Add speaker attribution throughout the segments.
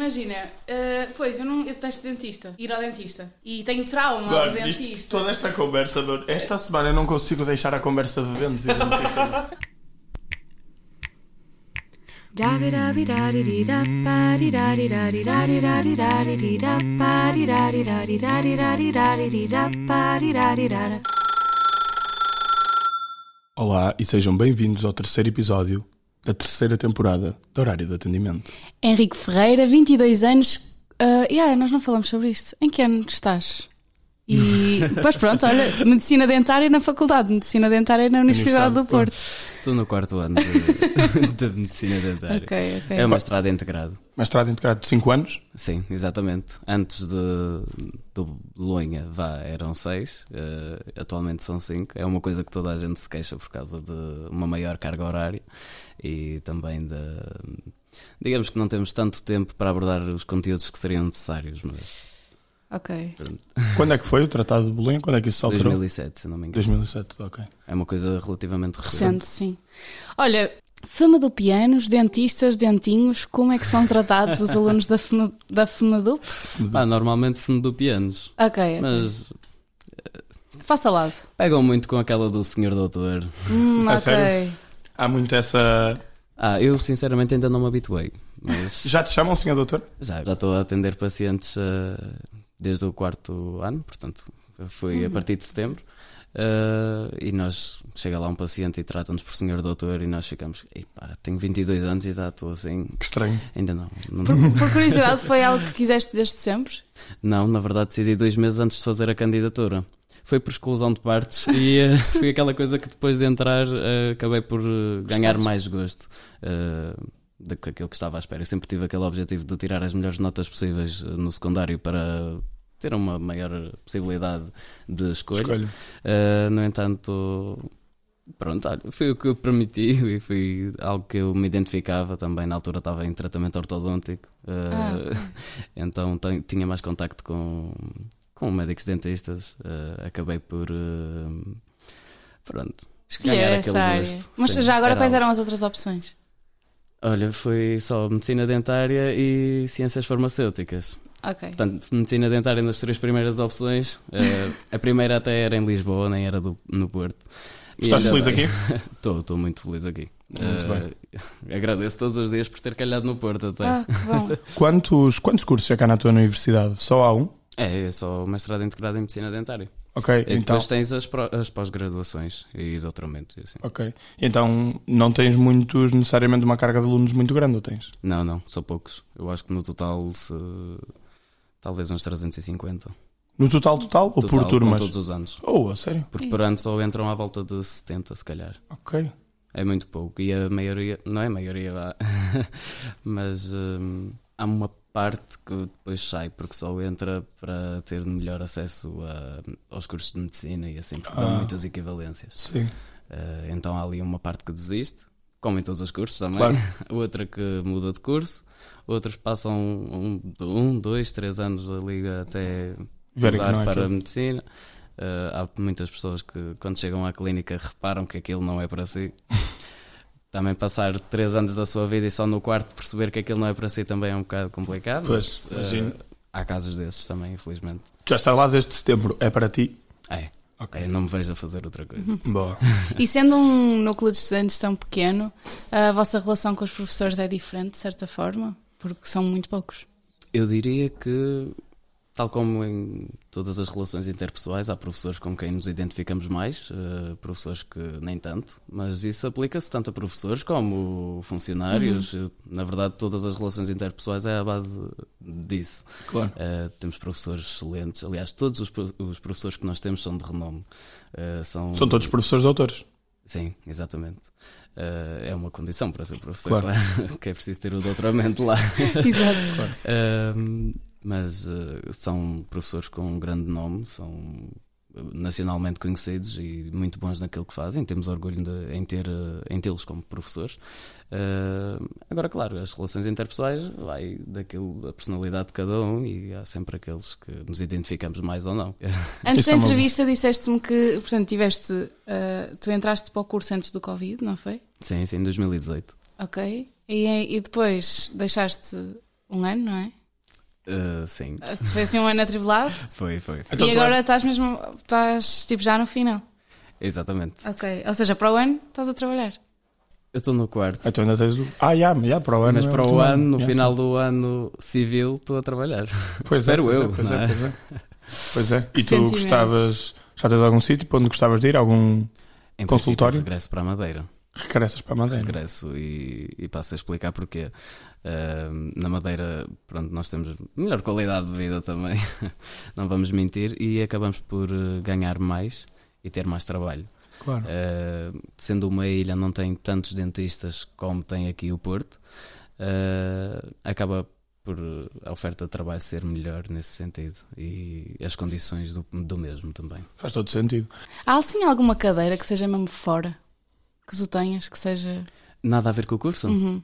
Speaker 1: Imagina, eh, pois, eu não eu detesto dentista, ir ao dentista. E tenho trauma ao
Speaker 2: Guarda, isto-
Speaker 1: dentista.
Speaker 2: toda esta conversa, mano. Esta semana eu não consigo deixar a conversa de dentes e dentista. Olá e sejam bem-vindos ao terceiro episódio da terceira temporada do Horário de Atendimento.
Speaker 1: Henrique Ferreira, 22 anos. Ah, yeah, nós não falamos sobre isto. Em que ano estás? E, pois pronto, olha, Medicina Dentária na Faculdade, de Medicina Dentária na Universidade do
Speaker 2: Universidade,
Speaker 1: Porto.
Speaker 3: Estou no quarto ano de, de medicina dentária.
Speaker 1: Ok, ok.
Speaker 3: É uma estrada integrada.
Speaker 2: um Mestrado integrado de 5 anos.
Speaker 3: Sim, exatamente. Antes de, do Bolonha, vá, eram seis, eh, atualmente são cinco. É uma coisa que toda a gente se queixa por causa de uma maior carga horária e também de. Digamos que não temos tanto tempo para abordar os conteúdos que seriam necessários, mas.
Speaker 1: Ok.
Speaker 2: Quando é que foi o Tratado de Belém? Quando é que isso se alterou?
Speaker 3: 2007, se não me engano.
Speaker 2: 2007, ok.
Speaker 3: É uma coisa relativamente recente.
Speaker 1: Recente, sim. Olha, fama do piano, os dentistas, dentinhos, como é que são tratados os alunos da, fema, da FEMADUP?
Speaker 3: Ah, normalmente fundo do pianos.
Speaker 1: Ok, ok.
Speaker 3: Mas
Speaker 1: faça lado.
Speaker 3: pegam muito com aquela do senhor doutor.
Speaker 1: Hum,
Speaker 2: A
Speaker 1: ok.
Speaker 2: sério? Há muito essa.
Speaker 3: Ah, eu sinceramente ainda não me habituei, mas
Speaker 2: Já te chamam, senhor doutor?
Speaker 3: já já estou a atender pacientes eh, desde o quarto ano, portanto foi a partir de setembro. eh, e nós chega lá um paciente e trata-nos por senhor doutor e nós ficamos, epá, tenho 22 anos e já estou assim,
Speaker 2: Que estranho.
Speaker 3: ainda não. Não,
Speaker 1: Por curiosidade, foi algo que quiseste desde sempre?
Speaker 3: não, na verdade decidi dois meses antes de fazer a candidatura. Foi por exclusão de partes e eh, foi aquela coisa que depois de entrar eh, acabei por eh, ganhar mais gosto eh, do que aquilo que estava à espera. Eu sempre tive aquele objetivo de tirar as melhores notas possíveis eh, no secundário para ter uma maior possibilidade de escolha.
Speaker 2: Escolho.
Speaker 3: Eh, no entanto, pronto, olha, foi o que eu permiti e foi algo que eu me identificava também. Na altura estava em tratamento ortodôntico, eh,
Speaker 1: Ah, ok.
Speaker 3: então ten- tinha mais contacto com, com médicos dentistas. eh, acabei por. eh, pronto.
Speaker 1: Escolher
Speaker 3: ganhar
Speaker 1: essa
Speaker 3: aquele
Speaker 1: área.
Speaker 3: gosto.
Speaker 1: Mas
Speaker 3: Sim,
Speaker 1: já agora,
Speaker 3: era
Speaker 1: quais
Speaker 3: algo.
Speaker 1: eram as outras opções?
Speaker 3: Olha, foi só medicina dentária e ciências farmacêuticas.
Speaker 1: Ok.
Speaker 3: Portanto, medicina dentária nas três primeiras opções. Eh, a primeira até era em Lisboa, nem era do- no Porto. E
Speaker 2: Estás
Speaker 3: ainda
Speaker 2: feliz
Speaker 3: bem.
Speaker 2: aqui?
Speaker 3: Estou, estou muito feliz aqui.
Speaker 2: Muito
Speaker 3: Eh, agradeço todos os dias por ter calhado no Porto até.
Speaker 1: Ah, que bom.
Speaker 2: Quantos, quantos cursos é que há na tua universidade? Só há um?
Speaker 3: É, é só mestrado integrado em medicina dentária.
Speaker 2: Ok,
Speaker 3: E
Speaker 2: então.
Speaker 3: É depois tens as, pró- as pós-graduações e doutoramentos e assim.
Speaker 2: Ok. Então não tens muitos, necessariamente uma carga de alunos muito grande, ou tens?
Speaker 3: Não, não, são poucos. Eu acho que no total se... talvez uns 350.
Speaker 2: No total, total, ou
Speaker 3: Total,
Speaker 2: por
Speaker 3: com
Speaker 2: turmas?
Speaker 3: todos os anos.
Speaker 2: Oh, a sério?
Speaker 3: Porque por ano só entram à volta de 70, se calhar.
Speaker 2: Ok.
Speaker 3: É muito pouco. E a maioria, não é a maioria, vá. mas hum, há uma parte que depois sai, porque só entra para ter melhor acesso a- aos cursos de medicina e assim, porque dão
Speaker 2: Ah.
Speaker 3: muitas equivalências.
Speaker 2: Sim.
Speaker 3: Eh, então há ali uma parte que desiste, como em todos os cursos também,
Speaker 2: Claro.
Speaker 3: outra que muda de curso, outras passam um, um dois, três anos ali até
Speaker 2: Verem que
Speaker 3: mudar
Speaker 2: não é
Speaker 3: para
Speaker 2: aquilo.
Speaker 3: a medicina. Eh, há muitas pessoas que quando chegam à clínica reparam que aquilo não é para si. Também passar três anos da sua vida e só no quarto perceber que aquilo não é para si também é um bocado complicado.
Speaker 2: Pois,
Speaker 3: mas, eh,
Speaker 2: imagino.
Speaker 3: há casos desses também, infelizmente.
Speaker 2: Já estás lá desde setembro, é para ti?
Speaker 3: É,
Speaker 2: Ok.
Speaker 3: é, não me vejo a fazer outra coisa.
Speaker 2: Boa.
Speaker 1: E sendo um núcleo de estudantes tão pequeno, a vossa relação com os professores é diferente, de certa forma? Porque são muito poucos.
Speaker 3: Eu diria que, tal como em todas as relações interpessoais, há professores com quem nos identificamos mais, eh, professores que nem tanto, mas isso aplica-se tanto a professores como funcionários. Eu, Na verdade, todas as relações interpessoais é a base disso.
Speaker 2: Claro.
Speaker 3: Eh, temos professores excelentes, aliás, todos os, pro- os professores que nós temos são de renome. Eh, são,
Speaker 2: São todos professores doutores.
Speaker 3: Sim, exatamente. Eh, é uma condição para ser professor,
Speaker 2: Claro.
Speaker 3: claro, que é preciso ter o doutoramento lá.
Speaker 1: Exato.
Speaker 3: Ahm, mas eh, são professores com um grande nome, são eh, nacionalmente conhecidos e muito bons naquilo que fazem. Temos orgulho de- em, ter, eh, em tê-los como professores. Ahm, agora, claro, as relações interpessoais vai daquilo, da personalidade de cada um e há sempre aqueles que nos identificamos mais ou não.
Speaker 1: Antes
Speaker 2: Isso
Speaker 1: da
Speaker 2: é uma boa.
Speaker 1: entrevista, disseste-me que, portanto, tiveste. ah, tu entraste para o curso antes do Covid, não foi?
Speaker 3: sim, sim, em 2018.
Speaker 1: Ok. E, e depois deixaste Um ano, não é?
Speaker 3: Ah, sim,
Speaker 1: Se foi assim um ano atribulado
Speaker 3: foi, foi.
Speaker 2: Então
Speaker 1: e
Speaker 2: tu
Speaker 1: agora estás mesmo, estás tipo já no final.
Speaker 3: Exatamente.
Speaker 1: Ok, ou seja, para o ano estás a trabalhar.
Speaker 3: Eu estou no quarto.
Speaker 2: Então ainda tens o. Ah, já, já, para o ano.
Speaker 3: Mas
Speaker 2: é
Speaker 3: para
Speaker 2: outro
Speaker 3: o ano, no
Speaker 2: já,
Speaker 3: final do ano civil, estou a trabalhar.
Speaker 2: sim. Pois é,
Speaker 3: Espero
Speaker 2: pois
Speaker 3: eu.
Speaker 2: É, pois,
Speaker 3: não
Speaker 2: é,
Speaker 3: é?
Speaker 2: pois é. Pois é. E tu
Speaker 1: Sentimento.
Speaker 2: gostavas. Já tens algum sítio para onde gostavas de ir? Algum.
Speaker 3: Em princípio,
Speaker 2: Consultório?
Speaker 3: Regresso para a Madeira.
Speaker 2: Regressas para a Madeira?
Speaker 3: Regresso e, e passo a explicar porquê. Ah, na Madeira, pronto, nós temos melhor qualidade de vida também, não vamos mentir, e acabamos por eh, ganhar mais e ter mais trabalho.
Speaker 2: Claro.
Speaker 3: Uh, sendo uma ilha, não tem tantos dentistas como tem aqui o Porto. Uh, acaba por a oferta de trabalho ser melhor nesse sentido e as condições do, do mesmo também.
Speaker 2: Faz todo sentido.
Speaker 1: Há assim alguma cadeira que seja mesmo fora? Que tu tenhas, que seja.
Speaker 3: Nada a ver com o curso,
Speaker 1: Uhum.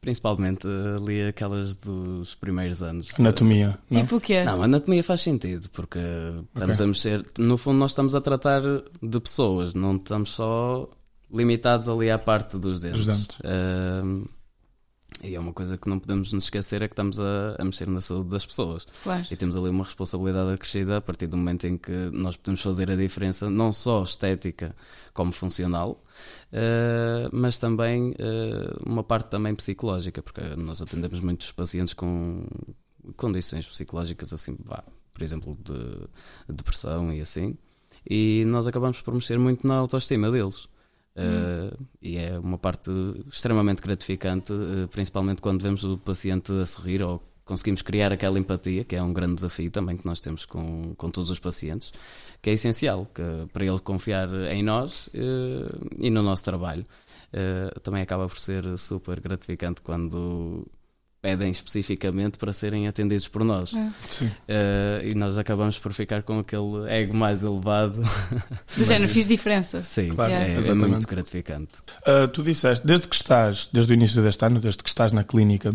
Speaker 3: principalmente uh, ali aquelas dos primeiros anos. de-
Speaker 2: Anatomia. não? é?
Speaker 1: Tipo o quê?
Speaker 3: Não, anatomia faz sentido, porque estamos a mexer. No fundo, nós estamos a tratar de pessoas, não estamos só limitados ali à parte dos dedos.
Speaker 2: Dos dentes.
Speaker 3: e é uma coisa que não podemos nos esquecer: é que estamos a, a mexer na saúde das pessoas.
Speaker 1: Claro.
Speaker 3: E temos ali uma responsabilidade acrescida a partir do momento em que nós podemos fazer a diferença, não só estética como funcional, eh, mas também eh, uma parte também psicológica, porque nós atendemos muitos pacientes com condições psicológicas, assim, vá, por exemplo, de depressão e assim, e nós acabamos por mexer muito na autoestima deles. Eh, e é uma parte extremamente gratificante, eh, principalmente quando vemos o paciente a sorrir ou conseguimos criar aquela empatia, que é um grande desafio também que nós temos com, com todos os pacientes, que é essencial que, para ele confiar em nós eh, e no nosso trabalho. Eh, também acaba por ser super gratificante quando pedem especificamente para serem atendidos por nós.
Speaker 2: Sim.
Speaker 3: Eh, e nós acabamos por ficar com aquele ego mais elevado.
Speaker 1: De género, fiz diferença.
Speaker 3: Sim,
Speaker 2: Claro,
Speaker 3: é- é,
Speaker 2: exatamente.
Speaker 3: muito gratificante.
Speaker 2: Ah, tu disseste, desde que estás, desde o início deste ano, desde que estás na clínica,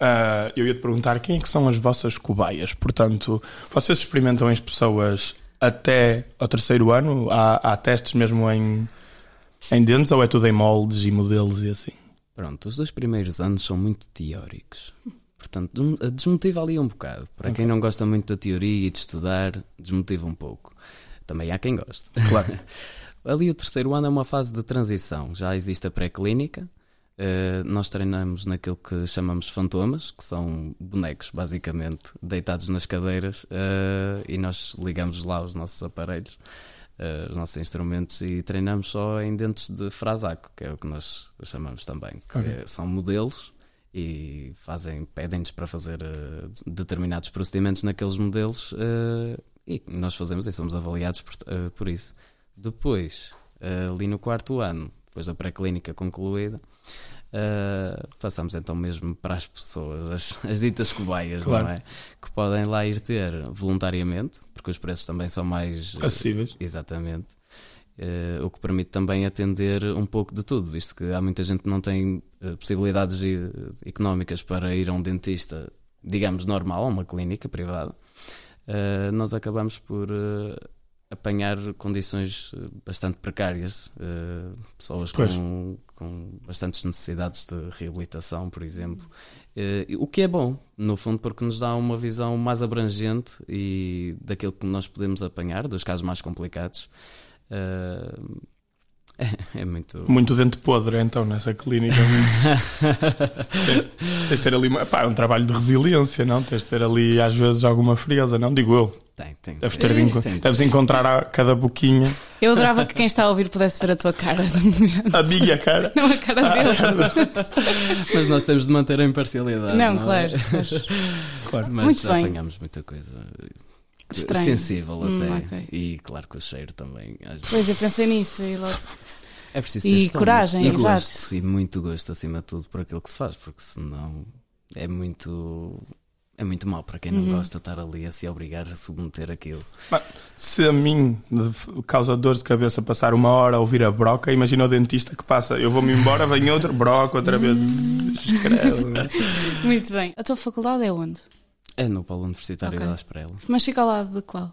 Speaker 2: ah, eu ia te perguntar quem é que são as vossas cobaias. Portanto, vocês experimentam as pessoas até ao terceiro ano? Há, há testes mesmo em, em dentes ou é tudo em moldes e modelos e assim?
Speaker 3: Pronto, os dois primeiros anos são muito teóricos. Portanto, desm- desmotiva ali um bocado. Para quem não gosta muito da teoria e de estudar, desmotiva um pouco. Também há quem goste.
Speaker 2: Claro.
Speaker 3: Ali o terceiro ano é uma fase de transição. Já existe a pré-clínica. eh, nós treinamos naquilo que chamamos fantomas, que são bonecos, basicamente, deitados nas cadeiras, eh, e nós ligamos lá os nossos aparelhos, eh, os nossos instrumentos, e treinamos só em dentes de frasaco, que é o que nós chamamos também, que
Speaker 2: Ok.
Speaker 3: são modelos e fazem, pedem-nos para fazer eh, determinados procedimentos naqueles modelos eh, e nós fazemos e somos avaliados por, eh, por isso. Depois, eh, ali no quarto ano, depois da pré-clínica concluída, eh, passamos então mesmo para as pessoas, as, as ditas cobaias,
Speaker 2: Claro.
Speaker 3: não é? Que podem lá ir ter voluntariamente, porque os preços também são mais eh,
Speaker 2: Acessíveis.
Speaker 3: Exatamente. Eh, o que permite também atender um pouco de tudo, visto que há muita gente que não tem eh, possibilidades e- eh, económicas para ir a um dentista, digamos, normal, a uma clínica privada. Eh, nós acabamos por eh, apanhar condições eh, bastante precárias, eh, pessoas
Speaker 2: Pois.
Speaker 3: com, com bastantes necessidades de reabilitação, por exemplo. Eh, o que é bom, no fundo, porque nos dá uma visão mais abrangente e daquilo que nós podemos apanhar, dos casos mais complicados. Eh, é, é muito.
Speaker 2: Muito dente podre, então, nessa clínica. tens, tens de ter ali. uma- Pá, é um trabalho de resiliência, não? Tens de ter ali, às vezes, alguma frieza, não? Digo eu.
Speaker 3: Tem, tem.
Speaker 2: Deves, ter de enco-
Speaker 3: Tem.
Speaker 2: deves encontrar a cada boquinha
Speaker 1: Eu adorava que quem está a ouvir pudesse ver a tua cara de momento.
Speaker 2: a minha cara.
Speaker 1: Não a cara dele.
Speaker 3: Mas nós temos de manter a imparcialidade.
Speaker 1: Não,
Speaker 3: é?
Speaker 1: claro.
Speaker 2: Claro.
Speaker 3: Mas
Speaker 1: Muito bem.
Speaker 3: apanhamos muita coisa
Speaker 1: Estranho.
Speaker 3: sensível
Speaker 1: Hum,
Speaker 3: até.
Speaker 1: ok.
Speaker 3: E claro que o cheiro também. às vezes.
Speaker 1: Pois é, eu pensei nisso e logo.
Speaker 3: É preciso
Speaker 1: E
Speaker 3: ter estômago.
Speaker 1: coragem,
Speaker 3: e
Speaker 1: exato.
Speaker 3: gosto, e muito gosto acima de tudo por aquilo que se faz, porque senão é muito é muito mal para quem
Speaker 1: Uhum.
Speaker 3: não gosta estar ali a se obrigar a submeter aquilo.
Speaker 2: Se a mim de- causa dor de cabeça passar uma hora a ouvir a broca, imagina o dentista que passa, eu vou-me embora, vem outro broca outra vez. Credo.
Speaker 1: Muito bem. A tua faculdade é onde?
Speaker 3: É no Polo Universitário
Speaker 1: Ok.
Speaker 3: da Esprela.
Speaker 1: Mas fica ao lado de qual?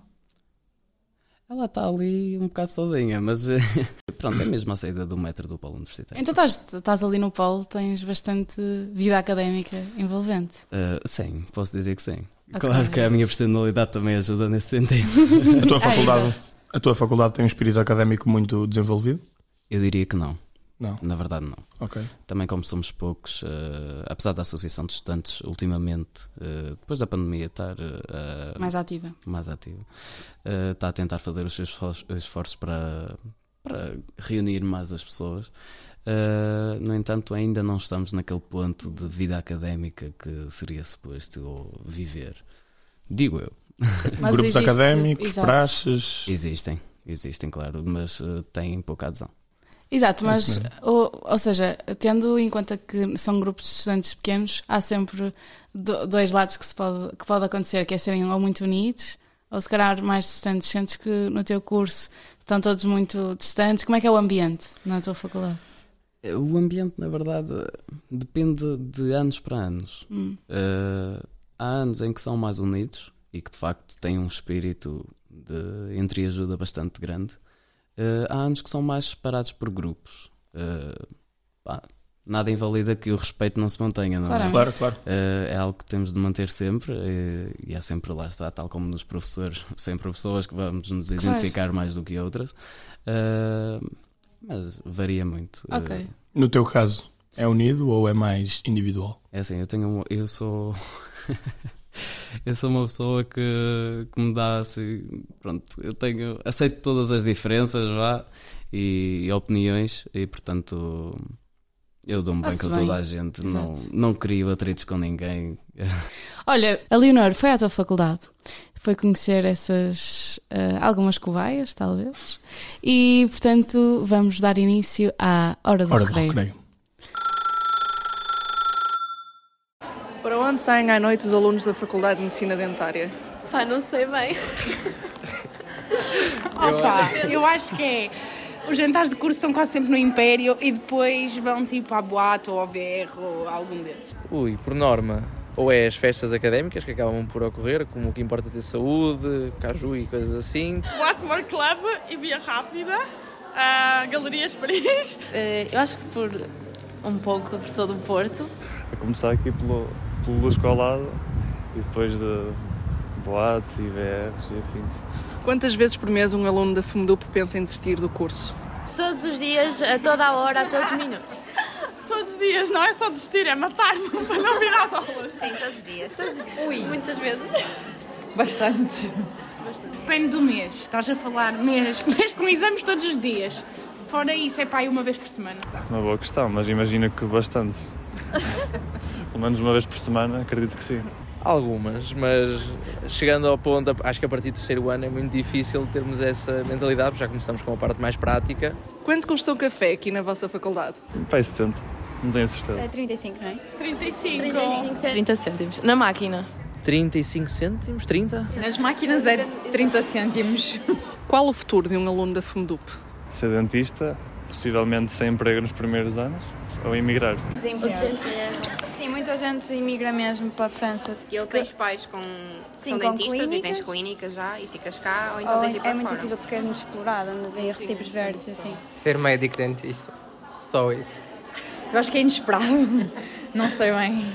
Speaker 3: Ela está ali um bocado sozinha, mas eh, pronto, é mesmo a saída do metro do Polo Universitário.
Speaker 1: Então estás, estás ali no polo, tens bastante vida académica envolvente.
Speaker 3: Eh, sim, posso dizer que sim.
Speaker 1: Ok.
Speaker 3: Claro
Speaker 2: é.
Speaker 3: que a minha personalidade também ajuda nesse sentido.
Speaker 2: A tua
Speaker 1: É,
Speaker 2: faculdade,
Speaker 1: exato.
Speaker 2: a tua faculdade tem um espírito académico muito desenvolvido?
Speaker 3: Eu diria que não,
Speaker 2: Não.
Speaker 3: na verdade não.
Speaker 2: Ok.
Speaker 3: Também como somos poucos, eh, apesar da Associação de Estudantes ultimamente, eh, depois da pandemia estar eh,
Speaker 1: mais ativa.
Speaker 3: mais ativa, eh, está a tentar fazer os seus esfor- esforços para, para reunir mais as pessoas. Eh, no entanto, ainda não estamos naquele ponto de vida académica que seria suposto ou viver. Digo eu.
Speaker 1: Mas
Speaker 2: Grupos
Speaker 1: existe-
Speaker 2: académicos,
Speaker 1: exato.
Speaker 2: praxes.
Speaker 3: Existem, existem, claro, mas eh, têm pouca adesão.
Speaker 1: Exato,
Speaker 2: É
Speaker 1: mas,
Speaker 2: isso mesmo.
Speaker 1: ou, ou seja, tendo em conta que são grupos de estudantes pequenos, há sempre do- dois lados que, se pode, que pode acontecer, que é serem ou muito unidos, ou se calhar mais distantes. Sentes que no teu curso estão todos muito distantes. Como é que é o ambiente na tua faculdade?
Speaker 3: Eh, O ambiente, na verdade, eh, depende de anos para anos.
Speaker 1: Hum.
Speaker 3: Eh, há anos em que são mais unidos e que de facto têm um espírito de entreajuda bastante grande. Eh, há anos que são mais separados por grupos. Eh, pá, nada invalida que o respeito não se mantenha, não é?
Speaker 1: Claro.
Speaker 2: Claro, claro.
Speaker 3: Eh, é algo que temos de manter sempre eh, e há sempre lá está, tal como nos professores, sempre pessoas que vamos nos
Speaker 1: Claro.
Speaker 3: identificar mais do que outras. Eh, mas varia muito. Eh,
Speaker 1: Ok.
Speaker 2: No teu caso, é unido ou é mais individual?
Speaker 3: É assim, eu tenho um- eu sou eu sou uma pessoa que, que me dá assim, pronto, eu tenho aceito todas as diferenças, vá, e, e opiniões e portanto eu dou-me bem
Speaker 1: Está-se
Speaker 3: com
Speaker 1: bem.
Speaker 3: toda a gente, não,
Speaker 1: Exato.
Speaker 3: não crio atritos com ninguém.
Speaker 1: Olha, a Leonor foi à tua faculdade, foi conhecer essas eh, algumas cobaias, talvez, e portanto vamos dar início à Hora do
Speaker 2: Hora do
Speaker 1: Recreio.
Speaker 2: recreio.
Speaker 4: Para onde saem à noite os alunos da Faculdade de Medicina Dentária?
Speaker 5: Pá, não sei bem.
Speaker 6: Opa, eu acho que é. Os jantares de curso são quase sempre no Império e depois vão tipo à boate ou ao VR ou a algum desses.
Speaker 7: Ui, por norma, ou é as festas académicas que acabam por ocorrer, como o que importa é ter saúde, caju e coisas assim.
Speaker 8: Blackmore Club e Via Rápida, ah, Galerias Paris.
Speaker 5: Eh, Eu acho que por um pouco por todo o Porto.
Speaker 9: A começar aqui pelo, pelo Luz Colado e depois de boates e VRs e afins.
Speaker 4: Quantas vezes por mês um aluno da FEMDUP pensa em desistir do curso?
Speaker 5: Todos os dias, a toda a hora, a todos os minutos.
Speaker 8: Todos os dias, não é só desistir, é matar-me para não vir às aulas.
Speaker 5: Muitas vezes.
Speaker 6: Depende do mês. Estás a falar mês, mês com exames todos os dias. Fora isso, é pá, aí uma vez por semana.
Speaker 9: Uma boa questão, mas imagino que bastante. Pelo menos uma vez por semana, acredito que sim.
Speaker 7: Algumas, mas chegando ao ponto, acho que a partir do terceiro ano é muito difícil termos essa mentalidade, porque já começamos com a parte mais prática.
Speaker 4: Quanto custa um café aqui na vossa faculdade?
Speaker 9: Pai 70, não tenho certeza.
Speaker 10: 35, não é?
Speaker 8: 35.
Speaker 5: 30 cêntimos. Na máquina.
Speaker 7: 35 cêntimos? 30?
Speaker 10: Nas máquinas é 30 cêntimos.
Speaker 4: Qual o futuro de um aluno da FEMDUP?
Speaker 9: Ser dentista, possivelmente sem emprego nos primeiros anos, ou emigrar.
Speaker 10: Sim, muita gente imigra mesmo para a França.
Speaker 11: E ele tens pais com
Speaker 10: Sim,
Speaker 11: são
Speaker 10: com
Speaker 11: dentistas e tens
Speaker 10: clínicas.
Speaker 11: clínicas já e ficas cá ou então
Speaker 10: Ou
Speaker 11: tens de ir para
Speaker 10: é muito
Speaker 11: fora.
Speaker 10: difícil porque é muito explorada, mas aí recibos verdes assim.
Speaker 7: Ser médico dentista. Só isso.
Speaker 10: Eu acho que é inesperado. não sei bem.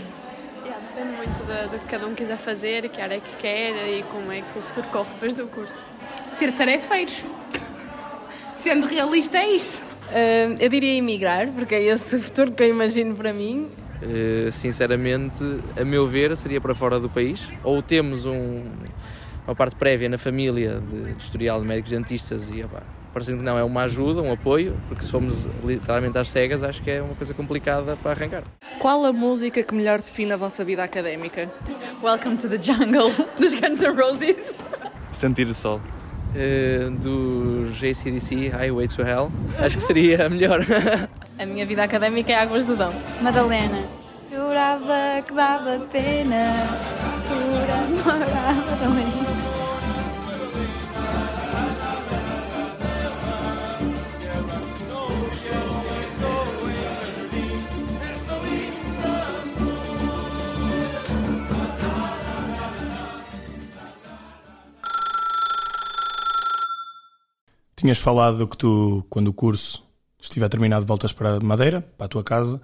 Speaker 5: depende muito do, que cada um quiser fazer, que área é que quer e como é que o futuro corre depois do curso.
Speaker 6: Ser tarefeiros. Sendo realista, é isso.
Speaker 5: eu diria emigrar, porque é esse o futuro que eu imagino para mim.
Speaker 7: Eh, sinceramente, a meu ver, seria para fora do país. Ou temos um- uma parte prévia na família de, de historial de médicos dentistas e, opá, parecendo que não, é uma ajuda, um apoio, porque se formos literalmente às cegas, acho que é uma coisa complicada para arrancar.
Speaker 4: Qual a música que melhor define a vossa vida académica?
Speaker 10: Welcome to the jungle dos Guns N' Roses.
Speaker 9: Sentir o sol.
Speaker 7: Eh, do JCDC, Highway to Hell, acho que seria a melhor.
Speaker 5: A minha vida académica é águas do Dão.
Speaker 10: Madalena. Jurava que dava pena por amor à Madalena.
Speaker 2: Tinhas falado que tu, quando o curso estiver terminado, voltas para Madeira, para a tua casa.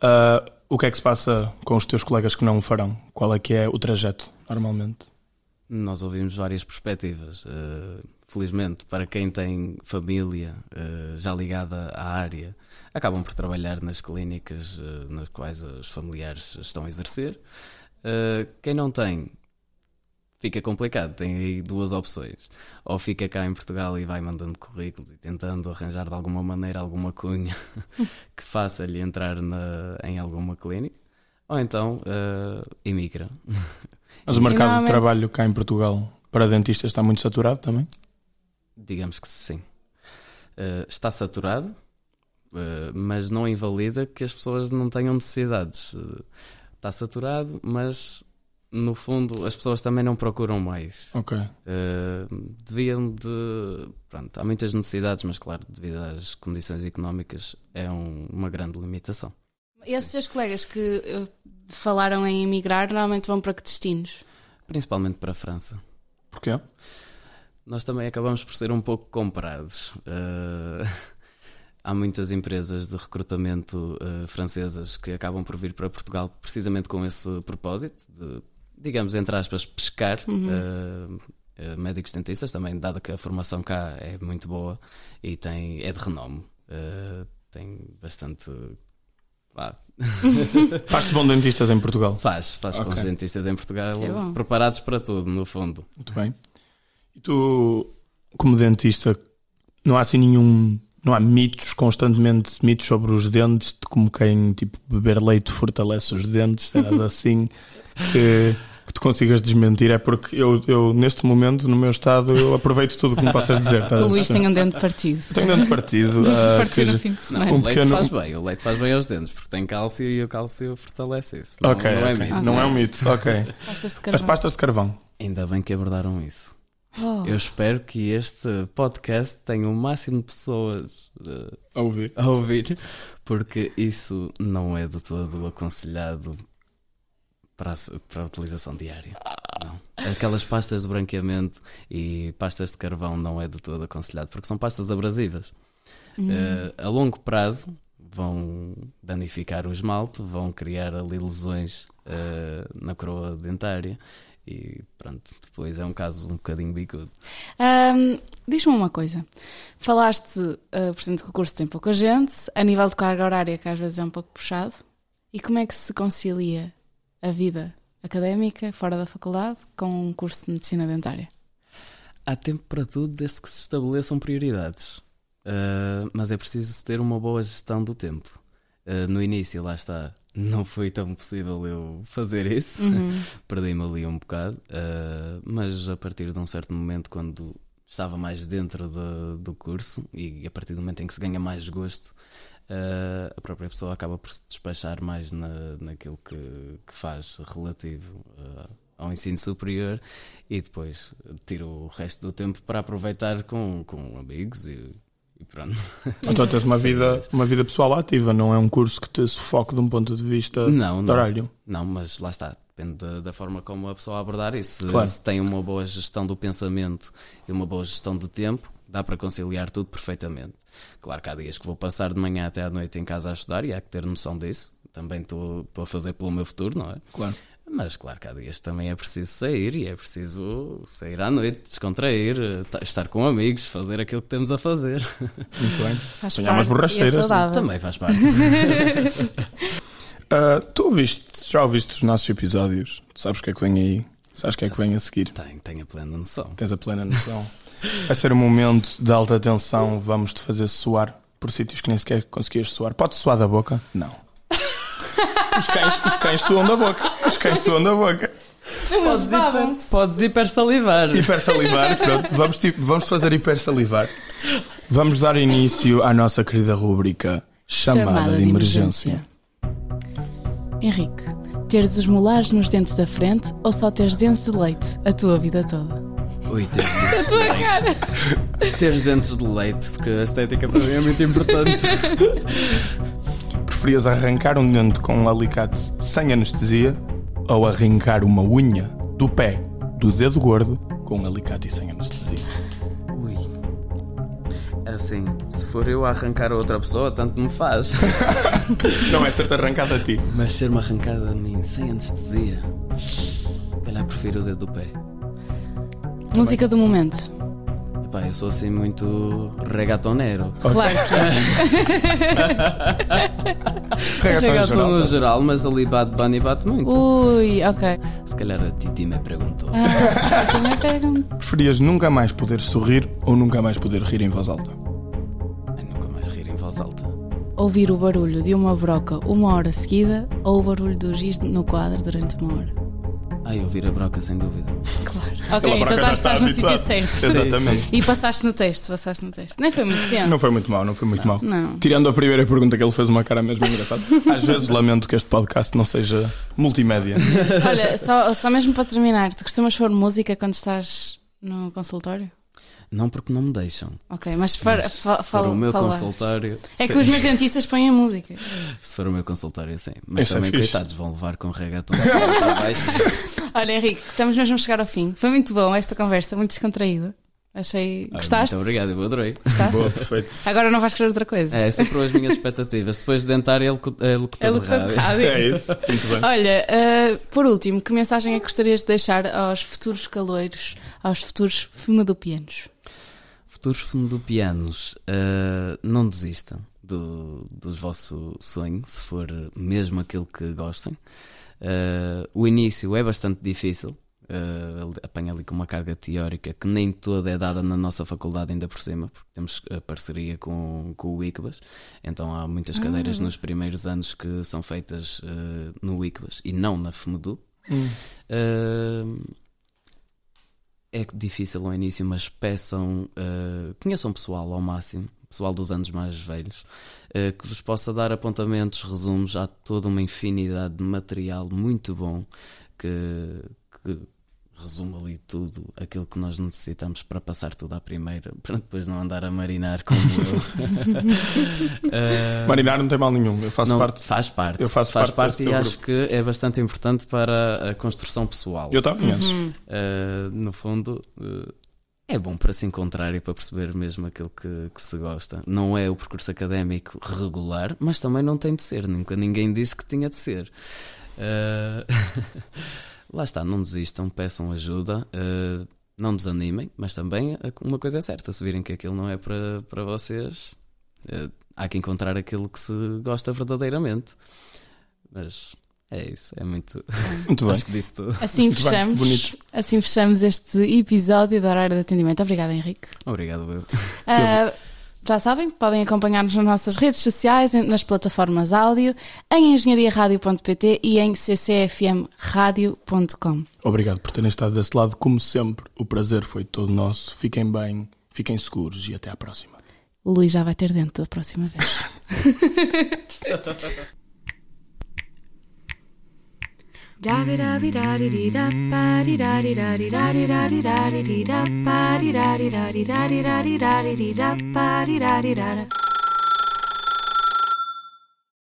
Speaker 2: Ah, o que é que se passa com os teus colegas que não o farão? Qual é que é o trajeto, normalmente?
Speaker 3: Nós ouvimos várias perspectivas. Eh, felizmente, para quem tem família eh, já ligada à área, acabam por trabalhar nas clínicas eh, nas quais os familiares estão a exercer. Eh, quem não tem, fica complicado. Tem aí duas opções. Ou fica cá em Portugal e vai mandando currículos e tentando arranjar de alguma maneira alguma cunha que faça-lhe entrar na- em alguma clínica. Ou então eh, emigra.
Speaker 2: Mas o mercado
Speaker 1: normalmente-
Speaker 2: de trabalho cá em Portugal para dentistas está muito saturado também?
Speaker 3: Digamos que sim. Eh, está saturado, eh, mas não invalida que as pessoas não tenham necessidades. Eh, está saturado, mas no fundo as pessoas também não procuram mais.
Speaker 2: Ok.
Speaker 3: Eh, deviam de. Pronto, há muitas necessidades, mas claro, devido às condições económicas, é um- uma grande limitação.
Speaker 1: E esses teus colegas que eh, falaram em emigrar normalmente vão para que destinos?
Speaker 3: Principalmente para a França.
Speaker 2: Porquê?
Speaker 3: Nós também acabamos por ser um pouco comprados. Eh, há muitas empresas de recrutamento eh, francesas que acabam por vir para Portugal precisamente com esse propósito de, digamos, entre aspas, pescar
Speaker 1: Uhum.
Speaker 3: eh, eh, médicos dentistas, também dada que a formação cá é muito boa e tem, é de renome. Eh, tem bastante. vá.
Speaker 2: Faz-te bom dentistas em Portugal?
Speaker 3: Faz, faz com
Speaker 2: Ok.
Speaker 3: os dentistas em Portugal
Speaker 1: Isso é bom.
Speaker 3: preparados para tudo, no fundo.
Speaker 2: Muito bem. E tu, como dentista, não há assim nenhum. Não há mitos, constantemente mitos sobre os dentes, de como quem, tipo, beber leite fortalece os dentes, serás assim, que, que tu consigas desmentir. É porque eu, eu, neste momento, no meu estado, eu aproveito tudo o que me possas dizer. estás a
Speaker 1: O Luís
Speaker 2: perceber?
Speaker 1: tem um dente partido.
Speaker 2: Tenho um dente partido. ah,
Speaker 1: Partiu
Speaker 2: que-
Speaker 1: no fim de
Speaker 3: Não,
Speaker 1: semana.
Speaker 3: o leite faz bem, o leite faz bem aos dentes, porque tem cálcio e o cálcio fortalece isso. Não,
Speaker 2: Ok,
Speaker 3: não é
Speaker 2: ok.
Speaker 3: mito.
Speaker 2: Não é um mito, ok.
Speaker 1: Pastas de
Speaker 2: As
Speaker 1: carvão.
Speaker 2: pastas de carvão.
Speaker 3: Ainda bem que abordaram isso.
Speaker 1: Oh.
Speaker 3: Eu espero que este podcast tenha o máximo de pessoas eh,
Speaker 2: A ouvir.
Speaker 3: a ouvir, porque isso não é de todo aconselhado para a, se- para a utilização diária. Não. Aquelas pastas de branqueamento e pastas de carvão não é de todo aconselhado, porque são pastas abrasivas.
Speaker 1: Hum.
Speaker 3: Eh, a longo prazo vão danificar o esmalte, vão criar ali lesões eh, na coroa dentária e pronto, depois é um caso um bocadinho bicudo.
Speaker 1: Ahm, Diz-me uma coisa. Falaste, ah, por exemplo, que o curso tem pouca gente, a nível de carga horária, que às vezes é um pouco puxado. E como é que se concilia a vida académica, fora da faculdade, com um curso de medicina dentária?
Speaker 3: Há tempo para tudo desde que se estabeleçam prioridades. Uh, mas é preciso ter uma boa gestão do tempo. Uh, no início, lá está, não foi tão possível eu fazer isso.
Speaker 1: Uhum.
Speaker 3: Perdi-me ali um bocado. uh, mas a partir de um certo momento, quando estava mais dentro de- do curso e a partir do momento em que se ganha mais gosto, uh, a própria pessoa acaba por se despachar mais na, naquilo que, que faz relativo uh, ao ensino superior e depois tiro o resto do tempo para aproveitar com, com amigos e, e pronto.
Speaker 2: Então tens uma
Speaker 3: Sim,
Speaker 2: vida, uma vida pessoal ativa, não é um curso que te sufoque de um ponto de vista
Speaker 3: Não,
Speaker 2: de
Speaker 3: não.
Speaker 2: horário.
Speaker 3: Não, mas lá está. Depende da, da forma como a pessoa abordar isso. Se,
Speaker 2: Claro.
Speaker 3: se tem uma boa gestão do pensamento e uma boa gestão do tempo, dá para conciliar tudo perfeitamente. Claro que há dias que vou passar de manhã até à noite em casa a estudar e há que ter noção disso. Também estou estou a fazer pelo meu futuro, não é?
Speaker 2: Claro.
Speaker 3: Mas claro que há dias que também é preciso sair e é preciso sair à noite, descontrair, eh, ta- estar com amigos, fazer aquilo que temos a fazer.
Speaker 2: Muito bem.
Speaker 1: Faz
Speaker 2: Apanhar umas
Speaker 1: parte e é
Speaker 2: borracheiras. né?
Speaker 1: saudável.
Speaker 3: Também faz parte.
Speaker 2: Ah, tu ouviste, já ouviste os nossos episódios? Tu sabes o que é que vem aí? Sabes o que é que vem a seguir?
Speaker 3: tenho, tenho a plena noção.
Speaker 2: Tens a plena noção. Vai ser um momento de alta tensão, vamos te fazer suar por sítios que nem sequer conseguias suar. Pode suar da boca? Não. Os cães, os cães suam da boca. Os cães suam da boca.
Speaker 3: Podes, hiper, podes hipersalivar.
Speaker 2: Hipersalivar, pronto. Vamos, tipo, vamos fazer hipersalivar. Vamos dar início à nossa querida rúbrica Chamada, de, emergência.
Speaker 1: Henrique, teres os molares nos dentes da frente ou só teres dentes de leite a tua vida toda?
Speaker 3: Ui, teres dentes
Speaker 1: tua
Speaker 3: de leite. Teres dentes de leite, porque a estética para mim é muito importante.
Speaker 2: Preferias arrancar um dente com um alicate sem anestesia ou arrancar uma unha do pé do dedo gordo com um alicate e sem anestesia?
Speaker 3: Ui. Assim, se for eu a arrancar a outra pessoa, tanto me faz.
Speaker 2: Não é certo arrancado a ti.
Speaker 3: Mas ser uma arrancada a mim sem anestesia. Se calhar prefiro o dedo do pé.
Speaker 1: Música do momento.
Speaker 3: Epá, eu sou assim muito reggaetoneiro.
Speaker 1: Claro que é.
Speaker 3: Reggaeton, tá no geral, mas ali bate Bunny bate muito.
Speaker 1: Ui, ok.
Speaker 3: Se calhar a Titi me perguntou.
Speaker 1: Também pegam.
Speaker 2: Preferias nunca mais poder sorrir ou nunca mais poder rir em voz alta?
Speaker 3: Nunca mais rir em voz alta.
Speaker 1: Ouvir o barulho de uma broca uma hora seguida ou o barulho do giz no quadro durante uma hora.
Speaker 3: Ai, ouvir a broca, sem dúvida.
Speaker 1: Ok,
Speaker 2: Aquela
Speaker 1: então
Speaker 2: broca já
Speaker 1: estás,
Speaker 2: está
Speaker 1: estás no sítio
Speaker 2: habituada.
Speaker 1: certo.
Speaker 2: Exatamente.
Speaker 1: E passaste no teste, passaste no teste. Nem foi muito tempo.
Speaker 2: Não foi muito mal, não foi muito mal.
Speaker 1: Não.
Speaker 2: Tirando a primeira pergunta que ele fez uma cara mesmo engraçada. Às vezes lamento que este podcast não seja multimédia.
Speaker 1: Olha, só, só mesmo para terminar, tu costumas pôr música quando estás no consultório?
Speaker 3: Não porque não me deixam.
Speaker 1: Ok, mas, fa-
Speaker 3: Mas
Speaker 1: fa-
Speaker 3: se for
Speaker 1: fala-
Speaker 3: o meu
Speaker 1: fala.
Speaker 3: consultório.
Speaker 1: É que
Speaker 3: sim.
Speaker 1: os meus dentistas põem a música.
Speaker 3: Se for o meu consultório, sim. Mas
Speaker 2: Isso é
Speaker 3: também,
Speaker 2: fixe.
Speaker 3: coitados, vão levar com reggaeton para baixo.
Speaker 1: Olha, Henrique, estamos mesmo a chegar ao fim. Foi muito bom esta conversa, muito descontraída. Achei.
Speaker 3: Ah,
Speaker 1: Gostaste?
Speaker 3: Muito obrigado, eu adorei.
Speaker 2: Boa, perfeito.
Speaker 1: Agora não vais querer outra coisa.
Speaker 3: É, superou as minhas expectativas. Depois de dentar, é locu- é
Speaker 1: É
Speaker 3: locutor,
Speaker 1: locutor de rádio.
Speaker 2: É isso, muito bem.
Speaker 1: Olha, eh, por último, que mensagem é que gostarias de deixar aos futuros caloiros, aos futuros fumadopianos?
Speaker 3: Futuros fundopianos, pianos não desistam do, do vosso sonho, se for mesmo aquilo que gostem. Ah, o início é bastante difícil, ah, ele apanha ali com uma carga teórica que nem toda é dada na nossa faculdade, ainda por cima, porque temos a parceria com, com o ICBAS, então há muitas
Speaker 12: Ah.
Speaker 3: cadeiras nos primeiros anos que são feitas ah, no ICBAS e não na FUMEDU.
Speaker 12: Hum.
Speaker 3: Ah, é difícil ao início, mas peçam, eh, conheçam pessoal ao máximo, pessoal dos anos mais velhos, eh, que vos possa dar apontamentos, resumos, há toda uma infinidade de material muito bom que, que resume ali tudo aquilo que nós necessitamos para passar tudo à primeira, para depois não andar a marinar como eu. Eh,
Speaker 2: Marinar não tem mal nenhum, eu faço
Speaker 3: não,
Speaker 2: parte-
Speaker 3: Faz parte.
Speaker 2: eu faço
Speaker 3: faz
Speaker 2: parte desse teu
Speaker 3: parte, e acho que é bastante importante para a construção pessoal.
Speaker 2: Eu também acho.
Speaker 1: Uhum.
Speaker 3: Eh, no fundo, eh, é bom para se encontrar e para perceber mesmo aquilo que, que se gosta. Não é o percurso académico regular, mas também não tem de ser. Nunca ninguém disse que tinha de ser. Eh, Lá está, não desistam, peçam ajuda. eh, não desanimem, mas também eh, uma coisa é certa: se virem que aquilo não é para, para vocês, eh, há que encontrar aquilo que se gosta verdadeiramente. Mas é isso, é muito.
Speaker 2: Muito bem.
Speaker 3: Acho que disse tudo.
Speaker 1: Assim fechamos. assim fechamos este episódio da horário de atendimento. Obrigada, Henrique.
Speaker 3: Obrigado, eu.
Speaker 1: Ah, já sabem, podem acompanhar-nos nas nossas redes sociais, em- nas plataformas áudio, em engenhariaradio.pt e em ccfmradio.com.
Speaker 2: Obrigado por terem estado desse lado, como sempre. O prazer foi todo nosso. Fiquem bem, fiquem seguros e até à próxima.
Speaker 1: O Luís já vai ter dentro da próxima vez.
Speaker 13: Thank you.